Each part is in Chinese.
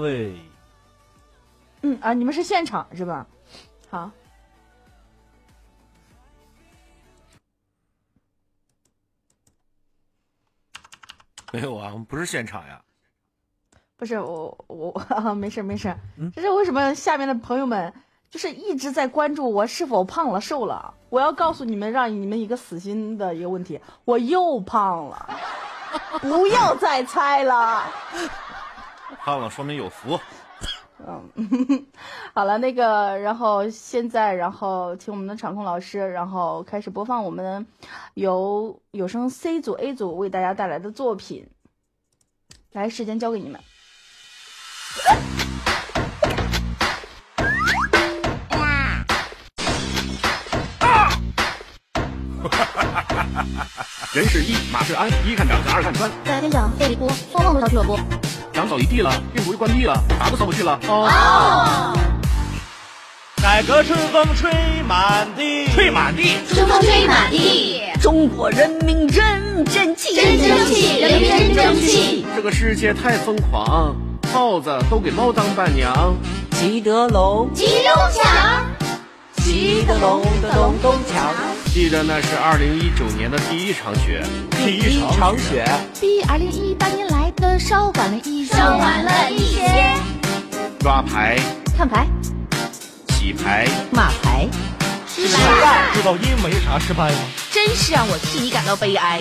对，嗯啊，你们是现场是吧？好。没有啊，我们不是现场呀。不是我我 啊，没事没事嗯，这是为什么？下面的朋友们就是一直在关注我是否胖了瘦了。啊我要告诉你们，让你们一个死心的一个问题，我又胖了， 不要再猜了。胖了说明有福。嗯，好了，那个，然后现在，然后请我们的场控老师，然后开始播放我们由有声 C 组、A 组为大家带来的作品。来，时间交给你们。人是一，马是鞍，一看长子，二看穿，在天讲这一波，说梦都到俱乐部。长草离地了，病毒关闭了，打都扫不去了。哦哦改革春风吹满地，吹满地。春风吹满地，中国人民真争气，真争气，人民真争气。这个世界太疯狂，耗子都给猫当伴娘。吉德龙，吉中强，吉德龙的龙宫墙，记得那是二零一九年的第一场雪，第一场雪，比二零一八年来的稍晚了一些，稍晚了一些。抓牌、看牌，洗牌，马牌，失败，知道因为啥失败吗？真是让我替你感到悲哀。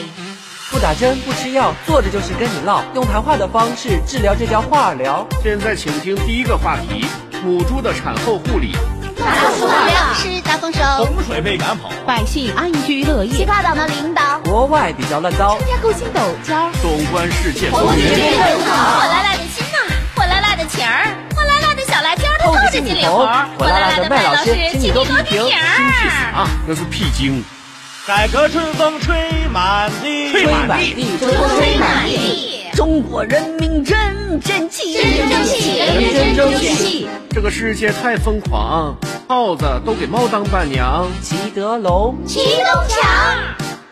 不打针，不吃药，坐着就是跟你唠，用谈话的方式治疗这叫化疗。现在请听第一个话题：母猪的产后护理。打鼠标，是打风手，洪水被赶跑，百姓安居乐业奇，葩党的领导，国外比较乱糟，家勾心斗角，纵观世界风哦云，更好。火辣辣的心呐，火辣辣的情儿，火辣辣的小辣椒都透透着着心心里里头头，火火辣辣辣辣的的麦麦老老师师，请请你你多多批批评评请儿。啊，那是屁精。改革春风吹满地，吹满地，春风风吹吹满满地。地，中国人民真争气，真争气，人民真争气。这个世界太疯狂，耗子都给猫当伴娘。吉德龙，齐东强，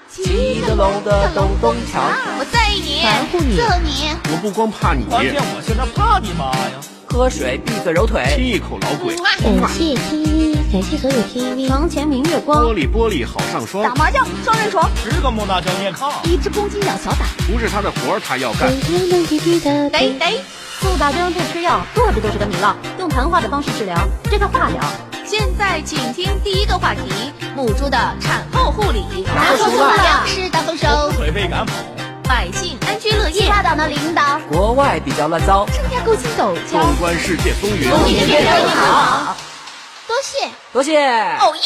吉德龙的东东墙，我在意你，袒护你，揍你，我不光怕你，关键我现在怕你妈呀！喝水闭嘴揉腿，亲一口老鬼。感谢 TV，感谢所有 TV，床前明月光，玻璃玻璃好上霜，麻将，双人床，十个木讷小面炕，一只公鸡养小打，不是他的活儿他要干。每天能滴滴答答。得得，不打针，不吃药，坐着就是跟你唠，用谈话的方式治疗，这叫化疗。现在请听第一个话题：母猪的产后护理。拿出出手量是大丰收，洪水被赶跑，百姓安居乐业。霸党的领导，国外比较乱糟，更加勾心斗角，纵观世界风云，你变得更好。多谢，多谢。哦耶！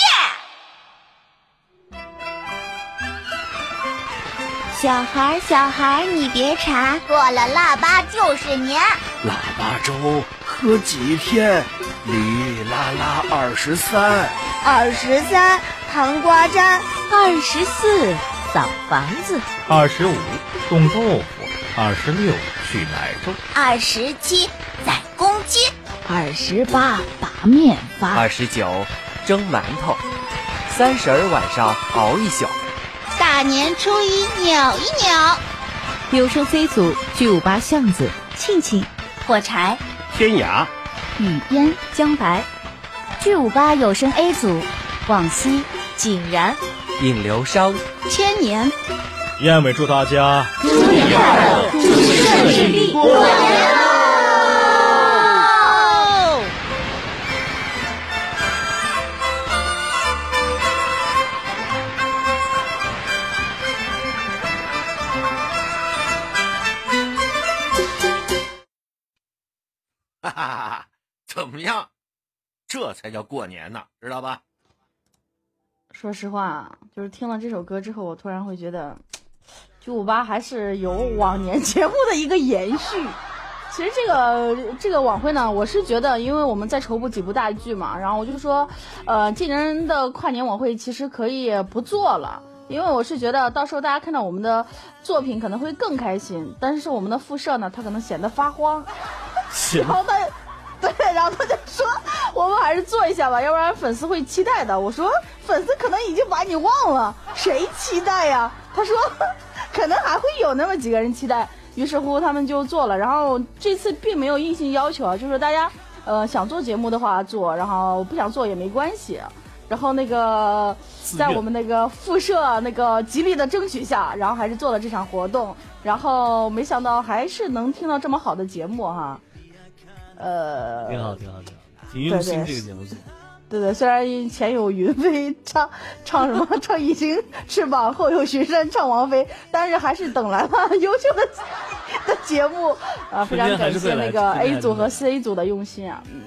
小孩儿，小孩儿，你别馋，过了腊八就是年。腊八粥喝几天？哩啦啦二十三，二十三，糖瓜粘。二十四扫房子，二十五冻豆腐，二十六去买粥，二十七，宰公鸡。二十八把面发，二十九，蒸馒头；三十儿晚上熬一宿。大年初一扭一扭，有声 C 组巨五八巷子，庆庆火柴天涯雨烟江白，巨五八有声 A 组，广西井然引流觞，千年燕尾祝大家顺利过年哦喽！哈哈哈哈，怎么样？这才叫过年呢，知道吧？说实话，就是听了这首歌之后，我突然会觉得，九五八还是有往年节目的一个延 续。其实这个这个晚会呢，我是觉得，因为我们在筹部几部大剧嘛，然后我就说，呃，今年的跨年晚会其实可以不做了，因为我是觉得到时候大家看到我们的作品可能会更开心，但是我们的副社呢，他可能显得发慌。行然后他，对，然后他就说我们还是做一下吧，要不然粉丝会期待的。我说粉丝可能已经把 你忘了，谁期待呀？他说可能还会有那么几个人期待。于是乎他们就做了，然后这次并没有硬性要求啊，就是大家呃想做节目的话做，然后不想做也没关系。然后那个自在愿我们那个副社那个极力的争取下，然后还是做了这场活动，然后没想到还是能听到这么好的节目哈，呃，挺好，挺好，挺好，挺用心这个节目组。对对，虽然前有云飞唱唱什么 唱隐形翅膀，后有巡山唱王菲，但是还是等来了优秀 的的节目啊，非常春天还感是谢会来那个春天还是 A 组会来和 C 组的用心啊，嗯，